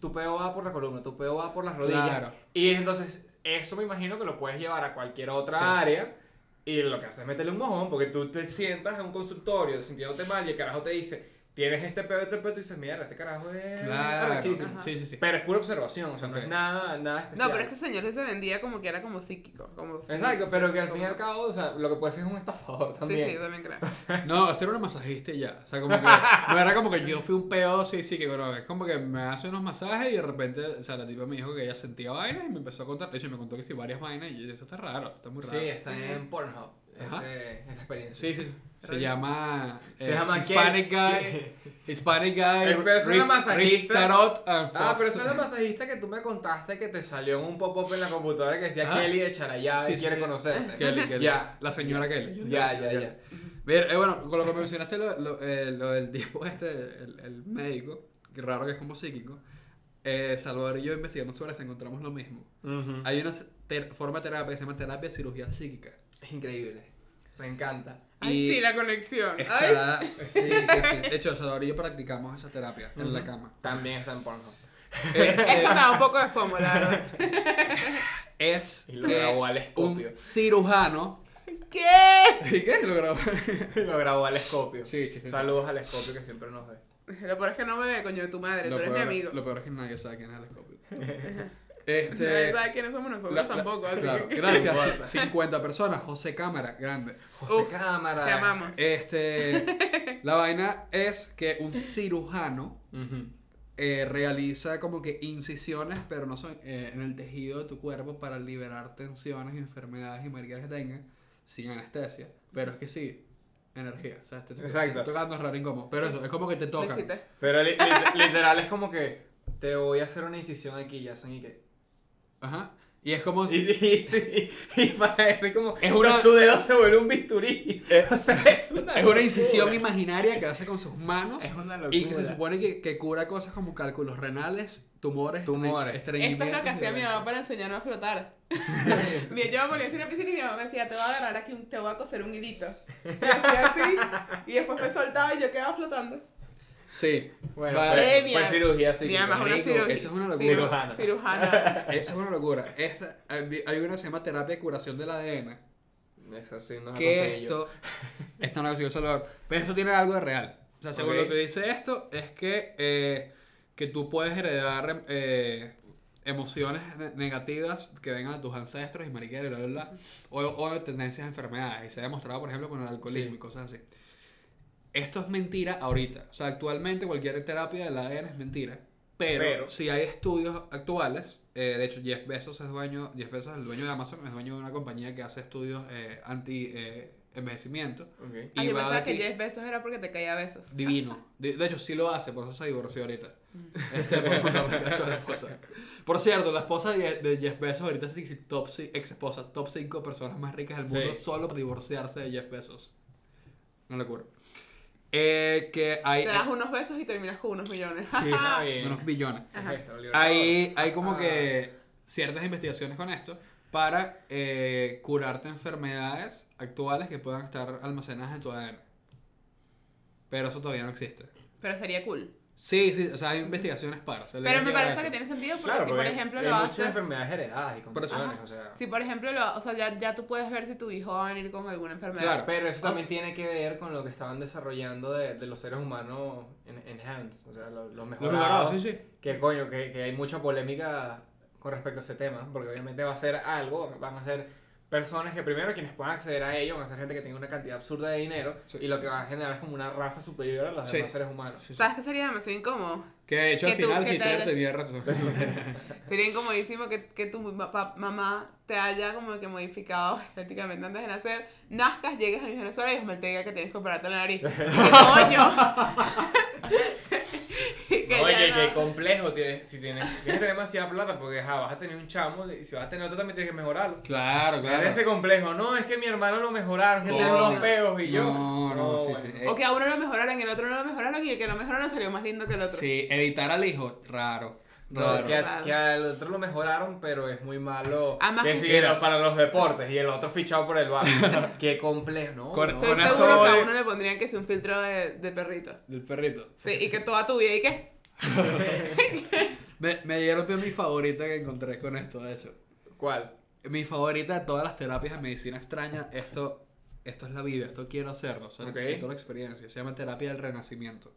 S2: tu peo va por la columna, tu peo va por las rodillas.
S4: Claro.
S2: Y entonces, eso me imagino que lo puedes llevar a cualquier otra
S4: Sí, sí.
S2: área. Y lo que haces es meterle un mojón, porque tú te sientas en un consultorio sintiéndote mal y el carajo te dice, tienes este peo, este peo, y tú dices, mierda, este carajo es
S4: Claro.
S2: arrechísimo".
S3: Ajá.
S4: Sí, sí, sí.
S2: Pero es pura observación, o sea, no
S4: Ok.
S2: es nada, nada especial.
S3: No, pero este señor se vendía como que era como psíquico. Como
S2: Exacto,
S3: sí,
S2: pero que al
S3: como-
S2: fin y al cabo, o sea, lo que puede ser es un estafador también.
S3: Sí, sí, yo también creo.
S4: No, este era un masajista y ya. O sea, como que. No era como que yo fui un peo, sí, sí, que bueno, es como que me hace unos masajes y de repente, o sea, la tipa me dijo que ella sentía vainas y me empezó a contar. De hecho, me contó que sí, varias vainas y yo dije, eso está raro, está muy raro.
S2: Sí, está en Pornhub,
S4: Ajá.
S2: ese- esa experiencia.
S4: Sí, sí. Se llama.
S2: Se
S4: eh,
S2: llama
S4: Hispanic
S2: ¿qué?
S4: Guy. Hispanic Guy.
S2: Eh, pero eso es una
S4: Rich-
S2: masajista.
S4: Rich Tarot and
S2: Ah,
S4: Fox.
S2: pero esa es la masajista que tú me contaste que te salió en un pop-up en la computadora que decía
S4: Ah.
S2: Kelly de Charayá
S4: Sí,
S2: y
S4: sí,
S2: quiere <laughs>
S4: sí.
S2: conocerte.
S4: Kelly, Kelly.
S2: Ya.
S4: La señora Kelly. Yo le
S2: Ya,
S4: digo
S2: ya,
S4: señora
S2: ya.
S4: Kelly. Mira, eh, bueno, con lo que mencionaste, lo, lo, eh, lo del tipo este, el, el médico, que raro que es como psíquico, eh, Salvador y yo investigamos sobre eso, encontramos lo mismo.
S2: Ujú.
S4: Hay una ter- forma de terapia que se llama terapia de cirugía psíquica.
S2: Es increíble. Me encanta.
S3: Ay,
S4: Y
S3: sí, la conexión. Ay,
S4: Está... Sí, sí, sí. De hecho, Salvador y yo practicamos esa terapia en la
S2: Ujú.
S3: <laughs>
S4: cama.
S2: También está en <laughs> Pornhub.
S4: Eh,
S3: sí.
S4: eh,
S3: esto me da un poco de fomo, la verdad.
S4: es
S2: Y lo
S4: que
S2: grabó al
S4: un
S2: escopio.
S4: cirujano. <laughs>
S3: ¿Qué?
S4: ¿Y qué? Lo grabó. <laughs>
S2: Lo grabó al escopio.
S4: Sí, sí, sí.
S2: Saludos al escopio que siempre nos ve.
S3: Lo peor es que no me ve, coño, de tu madre.
S4: Lo
S3: tú eres
S4: peor-
S3: mi amigo.
S4: Lo peor es que nadie sabe quién es el escopio.
S3: Nadie
S4: Este.
S3: sabe quiénes somos nosotros
S4: la- la-
S3: tampoco, así
S4: claro,
S3: que... <laughs>
S4: gracias.
S2: No importa.
S4: c- 50 personas, José Cámara, grande.
S2: José
S3: Uf,
S2: Cámara.
S3: Te amamos. <laughs>
S4: Este, la vaina es que un cirujano
S2: Ujú.
S4: eh, realiza como que incisiones, pero no son eh, en el tejido de tu cuerpo para liberar tensiones, enfermedades y mariqueras que tengan sin anestesia. Pero es que sí, energía. O sea, te, te-
S2: Exacto.
S4: te tocando es raro incómodo. Pero eso, es como que te
S3: Lo
S4: tocan.
S3: hiciste.
S2: Pero li- li- <laughs> literal es como que te voy a hacer una incisión aquí, ya son y que.
S4: Ajá. Y es como.
S2: <laughs> Y, y- y- y para eso es como.
S4: Es
S2: o sea,
S4: una-
S2: su dedo se vuelve un bisturí. <laughs> O sea, es una,
S4: Es una incisión
S2: locura.
S4: imaginaria que hace con sus manos
S2: Es una
S4: y que se
S2: locura.
S4: supone que, que cura cosas como cálculos renales, tumores,
S2: Tumores.
S3: Esto
S4: estreñimientos
S3: es lo que
S4: y
S3: hacía mi
S4: vainas.
S3: mamá para enseñarme a
S4: <laughs>
S3: flotar. Mi- yo me ponía así en la piscina y mi mamá me decía, te voy a agarrar aquí, un- te voy a coser un hilito. Y hacía así, y después me soltaba y yo quedaba flotando.
S4: Sí.
S2: Bueno,
S4: Va-
S2: fue,
S3: Eh,
S2: fue
S3: mi ama-
S2: cirugía
S3: mi mamá es
S2: psíquica.
S3: una
S4: marico,
S3: ciru-
S4: eso es una
S3: ciru-
S2: locura.
S4: <laughs>
S3: Cirujana.
S4: Eso es una locura. Esta- hay hay una que se llama terapia de curación del ADN.
S2: Eso sí, Ah, no la
S4: Que
S2: conseguí yo.
S4: esto. Esto no lo consiguió Salvador. Pero esto tiene algo de real. O sea, según
S2: Ok.
S4: lo que dice esto, es que, eh, que tú puedes heredar eh, emociones ne- negativas que vengan de tus ancestros y mariquera y bla, bla, bla. O, o tendencias a enfermedades. Y se ha demostrado, por ejemplo, con el alcoholismo
S2: Sí.
S4: y cosas así. Esto es mentira ahorita. O sea, actualmente cualquier terapia del ADN es mentira. Pero,
S2: Pero.
S4: si hay estudios actuales, eh, de hecho Jeff Bezos es dueño, Jeff Bezos, el dueño de Amazon, es dueño de una compañía que hace estudios eh, anti eh, envejecimiento. <laughs>
S2: <laughs> Ok.
S3: Ah, yo
S4: va
S3: pensaba
S4: aquí-
S3: que 10 besos era porque te caía besos.
S4: Divino. De, de hecho, sí lo hace, por eso se divorció ahorita.
S2: Mm.
S4: Este, por,
S2: <laughs>
S4: mandarle <laughs> gracias a la esposa. Por cierto, la esposa de, de Jeff Bezos ahorita es dixi- top, ci- ex esposa, top 5 personas más ricas del mundo
S2: Sí.
S4: solo por divorciarse de Jeff Bezos. No le ocurre. Eh, que hay
S3: Te das unos besos y terminas con unos millones. <laughs>
S2: Sí, está bien.
S4: unos billones.
S2: Es esto, el
S4: Hay, hay como
S2: Eh, Ah.
S4: que ciertas investigaciones con esto para eh, curarte enfermedades actuales que puedan estar almacenadas en tu ADN. Pero eso todavía no existe.
S3: Pero sería cool.
S4: Sí, sí, o sea, hay investigaciones para. o sea, le
S3: Pero
S4: voy a
S3: me
S4: llevar
S3: parece
S4: eso.
S3: que tiene sentido porque
S2: Claro,
S3: si, por
S2: porque
S3: ejemplo,
S2: hay
S3: lo
S2: muchas
S3: haces...
S2: enfermedades heredadas y
S4: eso-
S2: condiciones, o sea.
S3: Si, por ejemplo, lo, o sea, ya, ya tú puedes ver si tu hijo va a venir con alguna enfermedad.
S4: Claro.
S2: Pero eso
S4: O
S2: también
S4: sea-
S2: tiene que ver con lo que estaban desarrollando de, de los seres humanos en, enhanced, o sea, lo- los
S4: Los
S2: mejorados.
S4: mejorados, sí, sí.
S2: Que coño, que, que hay mucha polémica con respecto a ese tema, porque obviamente va a ser algo, van a ser personas que primero quienes puedan acceder a ello van a ser gente que tenga una cantidad absurda de dinero
S4: Sí.
S2: y lo que va a generar es como una raza superior a los
S4: Sí.
S2: demás seres humanos.
S3: ¿Sabes qué sería demasiado incómodo?
S4: Que de hecho
S3: Que
S4: al
S3: tú-
S4: final
S3: que te
S4: Hitler
S3: hagas-
S4: tenía razón.
S2: <laughs>
S3: Sería incomodísimo que, que tu ma- pa- mamá te haya como que modificado <laughs> prácticamente antes de nacer, nazcas, llegues a Venezuela y Osmel te diga que tienes que operarte la nariz. ¡Qué coño! <laughs> Y que
S2: Oye,
S3: ya
S2: qué,
S3: no-
S2: qué complejo tienes, si tienes, tienes que tener demasiada plata porque ja, vas a tener un chamo y si vas a tener otro también tienes que mejorarlo.
S4: claro,
S2: Era ese
S4: claro.
S2: complejo, no, es que mi hermano lo mejoraron, que
S4: No,
S2: tenía unos peos y yo. Oh,
S4: No, no, sí, sí.
S2: bueno.
S4: Eh,
S3: O que a uno lo mejoraron y el otro no lo mejoraron y el que lo mejoraron salió más lindo que el otro.
S4: Sí, editar al hijo, raro.
S2: No,
S4: Raro.
S2: que, a-
S3: raro.
S2: que al otro lo mejoraron, pero es muy malo.
S3: Además,
S2: que sí,
S4: mira.
S2: lo- para los deportes y el otro fichado por el
S3: <laughs>
S2: bar. qué complejo, ¿no?
S1: Con-
S2: no.
S3: Estoy
S1: Con
S3: seguro
S1: eso
S3: que
S1: de-
S3: a uno le pondrían que es un filtro de, de perrito.
S4: Del perrito.
S3: Sí, y que toda tu vida y que...
S4: Me, me dieron pie mi favorita que encontré con esto, de hecho.
S2: ¿Cuál? <laughs>
S4: Mi favorita de todas las terapias de medicina extraña, esto, esto es la vida, esto quiero hacerlo, o sea,
S2: Ok.
S4: necesito la experiencia. Se llama terapia del renacimiento.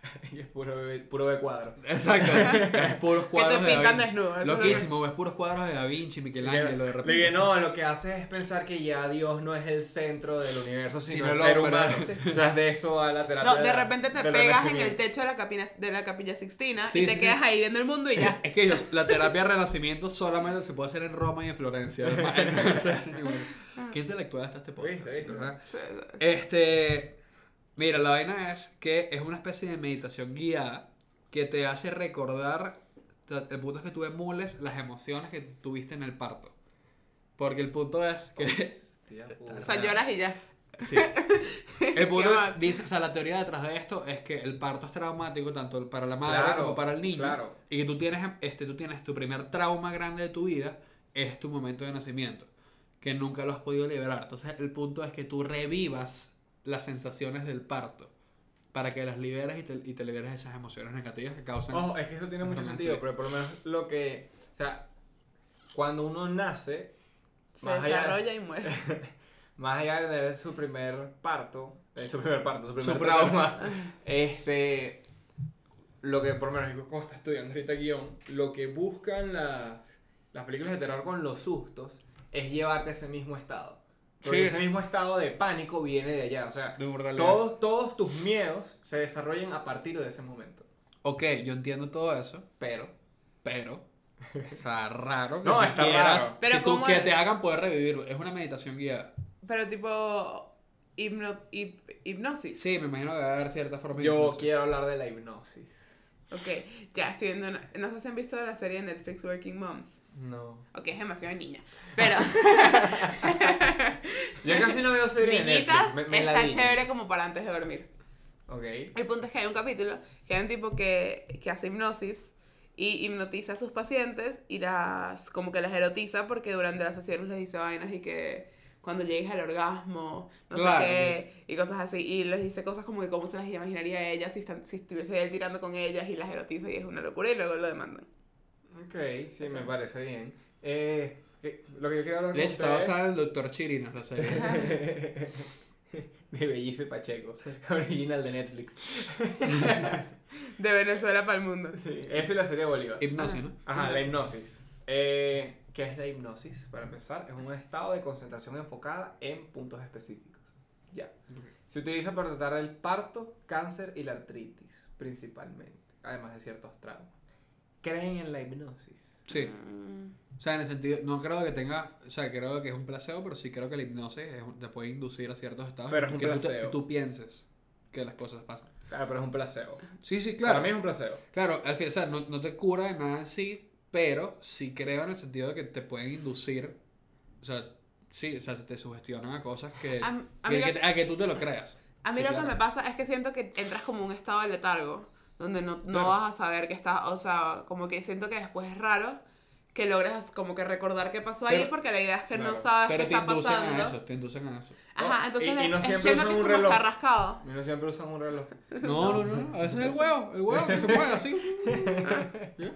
S4: <laughs>
S2: Y es puro B, puro B cuadro.
S4: Exacto. ves puros cuadros
S3: te
S4: de Da
S3: pintan
S4: Vinci.
S3: desnudo, eso es lo que-
S4: Loquísimo, ves puros cuadros de Da Vinci, Michelangelo, de
S2: Le
S4: repente.
S2: dije, no, lo que hace es pensar que ya Dios no es el centro del universo, sino
S4: Sino
S2: el
S4: lo-
S2: ser
S4: pero-
S2: humano. O sea, de eso a la terapia.
S3: No, de repente te
S2: del
S3: pegas en
S2: renacimiento.
S3: el techo de la, capina, de la capilla Sixtina
S4: Sí,
S3: y te
S4: sí,
S3: quedas
S4: sí.
S3: ahí viendo el mundo
S2: <laughs>
S3: y ya.
S4: <laughs> Es que ellos, la terapia del renacimiento solamente se puede hacer en Roma y en Florencia. <laughs> hermano. O sea, sí, bueno. Qué intelectual está este podcast.
S2: Viste, viste.
S4: ¿verdad? Este. Mira, la vaina es que es una especie de meditación guiada que te hace recordar. o sea, El punto es que tú emules las emociones que tuviste en el parto. Porque el punto es que.
S2: Hostia, puta.
S3: O sea, lloras y ya.
S2: <laughs>
S4: Sí. El punto
S3: ¿Qué más?
S4: dice, o sea, la teoría detrás de esto es que el parto es traumático tanto para la madre
S2: Claro,
S4: como para el niño.
S2: claro.
S4: Y que tú tienes, este, tú tienes tu primer trauma grande de tu vida, es tu momento de nacimiento, que nunca lo has podido liberar. Entonces el punto es que tú revivas las sensaciones del parto para que las liberes y te, y te liberes de esas emociones negativas que causan...
S2: Ojo, es que eso tiene mucho
S4: Ajá,
S2: sentido,
S4: sí.
S2: pero por lo menos lo que. O sea, cuando uno nace,
S3: Se
S2: Más allá-
S3: desarrolla y muere.
S2: más allá de tener su primer parto, eh, su primer parto, su primer
S4: Su primer-
S2: trauma, <laughs> este. Lo que, por lo menos, como está estudiando ahorita guión, lo que buscan la- las películas de terror con los sustos es llevarte a ese mismo estado. Porque
S4: Sí.
S2: ese mismo estado de pánico viene de allá. O sea,
S4: de brutalidad.
S2: todos, todos tus miedos se desarrollan a partir de ese momento.
S4: Ok, yo entiendo todo eso,
S2: Pero. <laughs>
S4: pero... Está raro que
S2: No,
S4: tú
S2: está
S4: quieras
S2: raro.
S4: que
S3: Pero
S4: tú-
S3: ¿cómo
S4: que
S3: es?
S4: te hagan poder revivirlo. Es una meditación guiada.
S3: Pero tipo hipno- hip- hipnosis.
S4: Sí, me imagino que va a haber cierta forma de
S2: Yo
S4: hipnosis.
S2: quiero hablar de la hipnosis.
S3: Ok, ya estoy viendo una- No sé si han visto la serie de Netflix Working Moms.
S2: No.
S3: Ok, es demasiado niña.
S2: <laughs>
S3: Pero
S2: Yo casi no veo series
S3: <laughs>
S2: de
S3: niñitas
S2: Netflix. Me, me la
S3: está
S2: di.
S3: chévere como para antes de dormir.
S2: Ok.
S3: El punto es que hay un capítulo que hay un tipo que, que hace hipnosis y hipnotiza a sus pacientes y las como que las erotiza porque durante las sesiones les dice vainas y que cuando llegues al orgasmo, no
S4: Claro.
S3: sé qué, y cosas así. Y les dice cosas como que cómo se las imaginaría a ellas si, están, si estuviese él tirando con ellas y las erotiza y es una locura y luego lo demandan.
S2: Ok, sí, me parece bien. Eh, eh, lo que yo quiero hablar
S4: De
S2: con
S4: hecho, está
S2: ustedes <laughs>
S4: basada en el Dr. Chirinos la serie.
S2: de Bellice Pacheco, original de Netflix.
S3: De Venezuela para el mundo.
S2: Sí, esa es la serie de Bolívar.
S4: Hipnosis, ¿no?
S2: Ajá, la hipnosis. Eh, ¿Qué es la hipnosis? Para empezar, es un estado de concentración enfocada en puntos específicos. Ya.
S4: Ok.
S2: Se utiliza para tratar el parto, cáncer y la artritis, principalmente, además de ciertos traumas. ¿Creen en la hipnosis?
S4: Sí.
S3: Mm.
S4: O sea, en el sentido, no creo que tenga, o sea, creo que es un placebo, pero sí creo que la hipnosis es un- te puede inducir a ciertos estados
S2: Pero es
S4: en
S2: un
S4: que tú, te-
S2: placebo.
S4: tú pienses que las cosas pasan.
S2: Claro, Ah, pero es un placebo.
S4: Sí, sí,
S2: Para
S4: claro.
S2: mí es un placebo.
S4: Claro, al final, o sea, no, no te cura de nada en sí, pero sí creo en el sentido de que te pueden inducir, o sea, sí, o sea, te sugestionan a cosas que,
S3: A- a mí
S4: que-
S3: lo-
S4: que te- a que tú te lo creas.
S3: A mí
S2: Sí,
S3: lo
S2: claro.
S3: que me pasa es que siento que entras como en un estado de letargo, donde no, no vas a saber que estás, o sea, como que siento que después es raro que logres como que recordar qué pasó ahí,
S4: Pero-
S3: porque la idea es que no
S2: claro,
S3: sabes
S4: Pero
S3: qué
S4: te
S3: está
S4: inducen a
S3: pasando.
S4: eso, te inducen a eso.
S3: Ajá,
S2: Oh,
S3: entonces
S2: y- y no
S3: es-
S2: siempre
S3: siento que
S2: usan
S3: es
S2: un
S3: como
S2: reloj.
S3: estar rascado.
S2: No siempre usan un reloj.
S4: No, no, no, a veces es el huevo, el huevo que se mueve así. ¿Ya?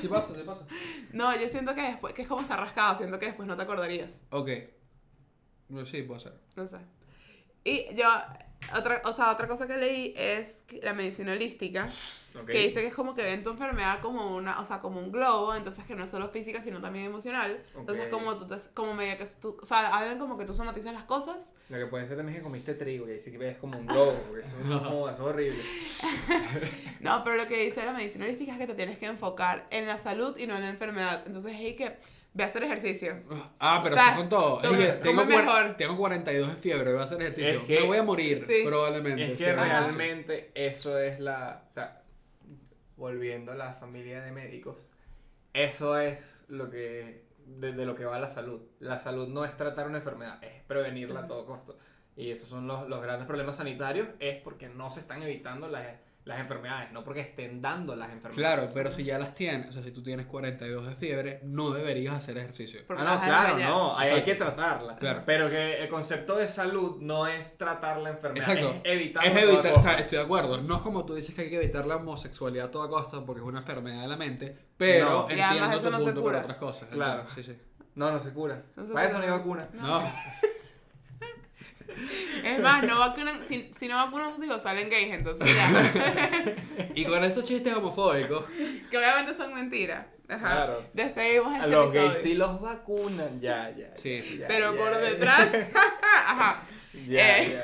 S4: Sí pasa, sí pasa.
S3: No, yo siento que después, que es como estar rascado, siento que después no te acordarías.
S4: Pues Ok. No, Sí, puede ser.
S3: No sé. Y yo, otra, o sea, otra cosa que leí es que la medicina holística,
S2: Ok.
S3: que dice que es como que ven tu enfermedad como una, o sea, como un globo, entonces que no es solo física, sino también emocional. Entonces
S2: Ok.
S3: como tú te, como medio que tú, o sea, hablan como que tú somatizas las cosas.
S2: <laughs> Lo que puede ser también es que comiste trigo y ahí sí que ves como un globo, porque eso es, como, eso es horrible.
S3: No, pero lo que dice la medicina holística es que te tienes que enfocar en la salud y no en la enfermedad. Entonces, hey, que ve a hacer ejercicio.
S4: Ah, pero
S3: O sea,
S4: eso con todo. Es
S3: come-
S4: que
S3: come
S4: tengo, cuar-
S3: mejor.
S4: tengo 42 de fiebre, voy a hacer ejercicio.
S2: Es que-
S4: Me voy a morir,
S3: Sí.
S4: probablemente.
S2: Es
S4: sí.
S2: que
S4: Ajá.
S2: realmente eso es la. O sea, volviendo a la familia de médicos, eso es lo que. De, de lo que va la salud. La salud no es tratar una enfermedad, es prevenirla a todo costo. Y esos son los, los grandes problemas sanitarios, es porque no se están evitando las, las enfermedades, no porque estén dando las enfermedades.
S4: Claro, pero si ya las tienes, o sea, si tú tienes 42 de fiebre, no deberías hacer ejercicio.
S3: Porque
S2: ah, no,
S3: vas a
S2: claro,
S3: desmayar.
S2: no, hay, hay
S4: Exacto.
S2: que tratarla.
S4: Claro.
S2: Pero que el concepto de salud no es tratar la enfermedad,
S4: Exacto.
S2: es evitar
S4: Es evitar, o sea, estoy de acuerdo. No es como tú dices que hay que evitar la homosexualidad a toda costa porque es una enfermedad de la mente, pero
S2: No.
S3: Y además
S4: entiendo tu
S3: eso no se
S4: punto
S3: cura.
S4: por otras cosas.
S2: Claro.
S4: entiendo, Sí, sí.
S2: No, no se cura.
S3: No se
S2: Para eso no
S3: cura,
S2: hay
S3: pues, no se-
S2: vacuna.
S4: No.
S3: Es más, no vacunan, si, si no vacunan a sus hijos salen gays, entonces
S2: <laughs>
S3: ya. <laughs>
S4: Y con estos chistes homofóbicos,
S3: que obviamente son mentiras. Ajá.
S2: Claro.
S3: Despedimos
S2: A
S3: este
S2: los
S3: episodio.
S2: gays sí los vacunan. Ya, ya.
S4: Sí, sí.
S2: ya,
S3: pero
S2: ya,
S3: por
S2: ya,
S3: detrás. <laughs> Ajá.
S2: <laughs> Ya,
S3: eh.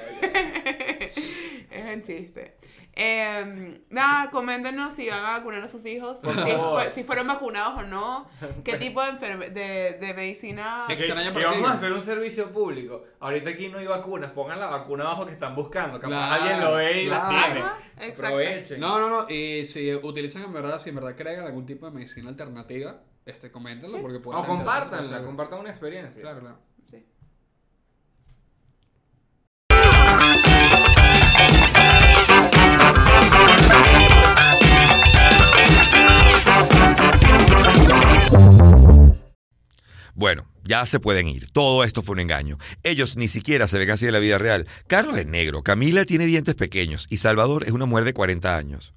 S2: ya, ya.
S3: <laughs> es un chiste. Em, nada, coméntenos si van a vacunar a sus hijos, si,
S2: Por favor.
S3: fue- si fueron vacunados o no,
S2: <laughs>
S3: qué tipo de, enferme- de, de medicina.
S4: Ex- Extraña
S2: Y
S4: partida.
S2: vamos a hacer un servicio público. Ahorita aquí no hay vacunas. Pongan la vacuna abajo que están buscando. Capaz
S4: Claro,
S2: alguien lo ve y la
S4: claro.
S2: tiene.
S3: Ajá, exacto.
S2: Aprovechen.
S4: No, no, no. Y si utilizan en verdad, si en verdad crean algún tipo de medicina alternativa, este, coméntenlo porque puede
S2: o
S4: ser interesante,
S2: compártanla.
S4: puede ser-
S2: Compartan una experiencia.
S4: Claro, claro.
S3: Sí.
S1: Bueno, ya se pueden ir. Todo esto fue un engaño. Ellos ni siquiera se ven así en la vida real. Carlos es negro, Camila tiene dientes pequeños y Salvador es una mujer de 40 años.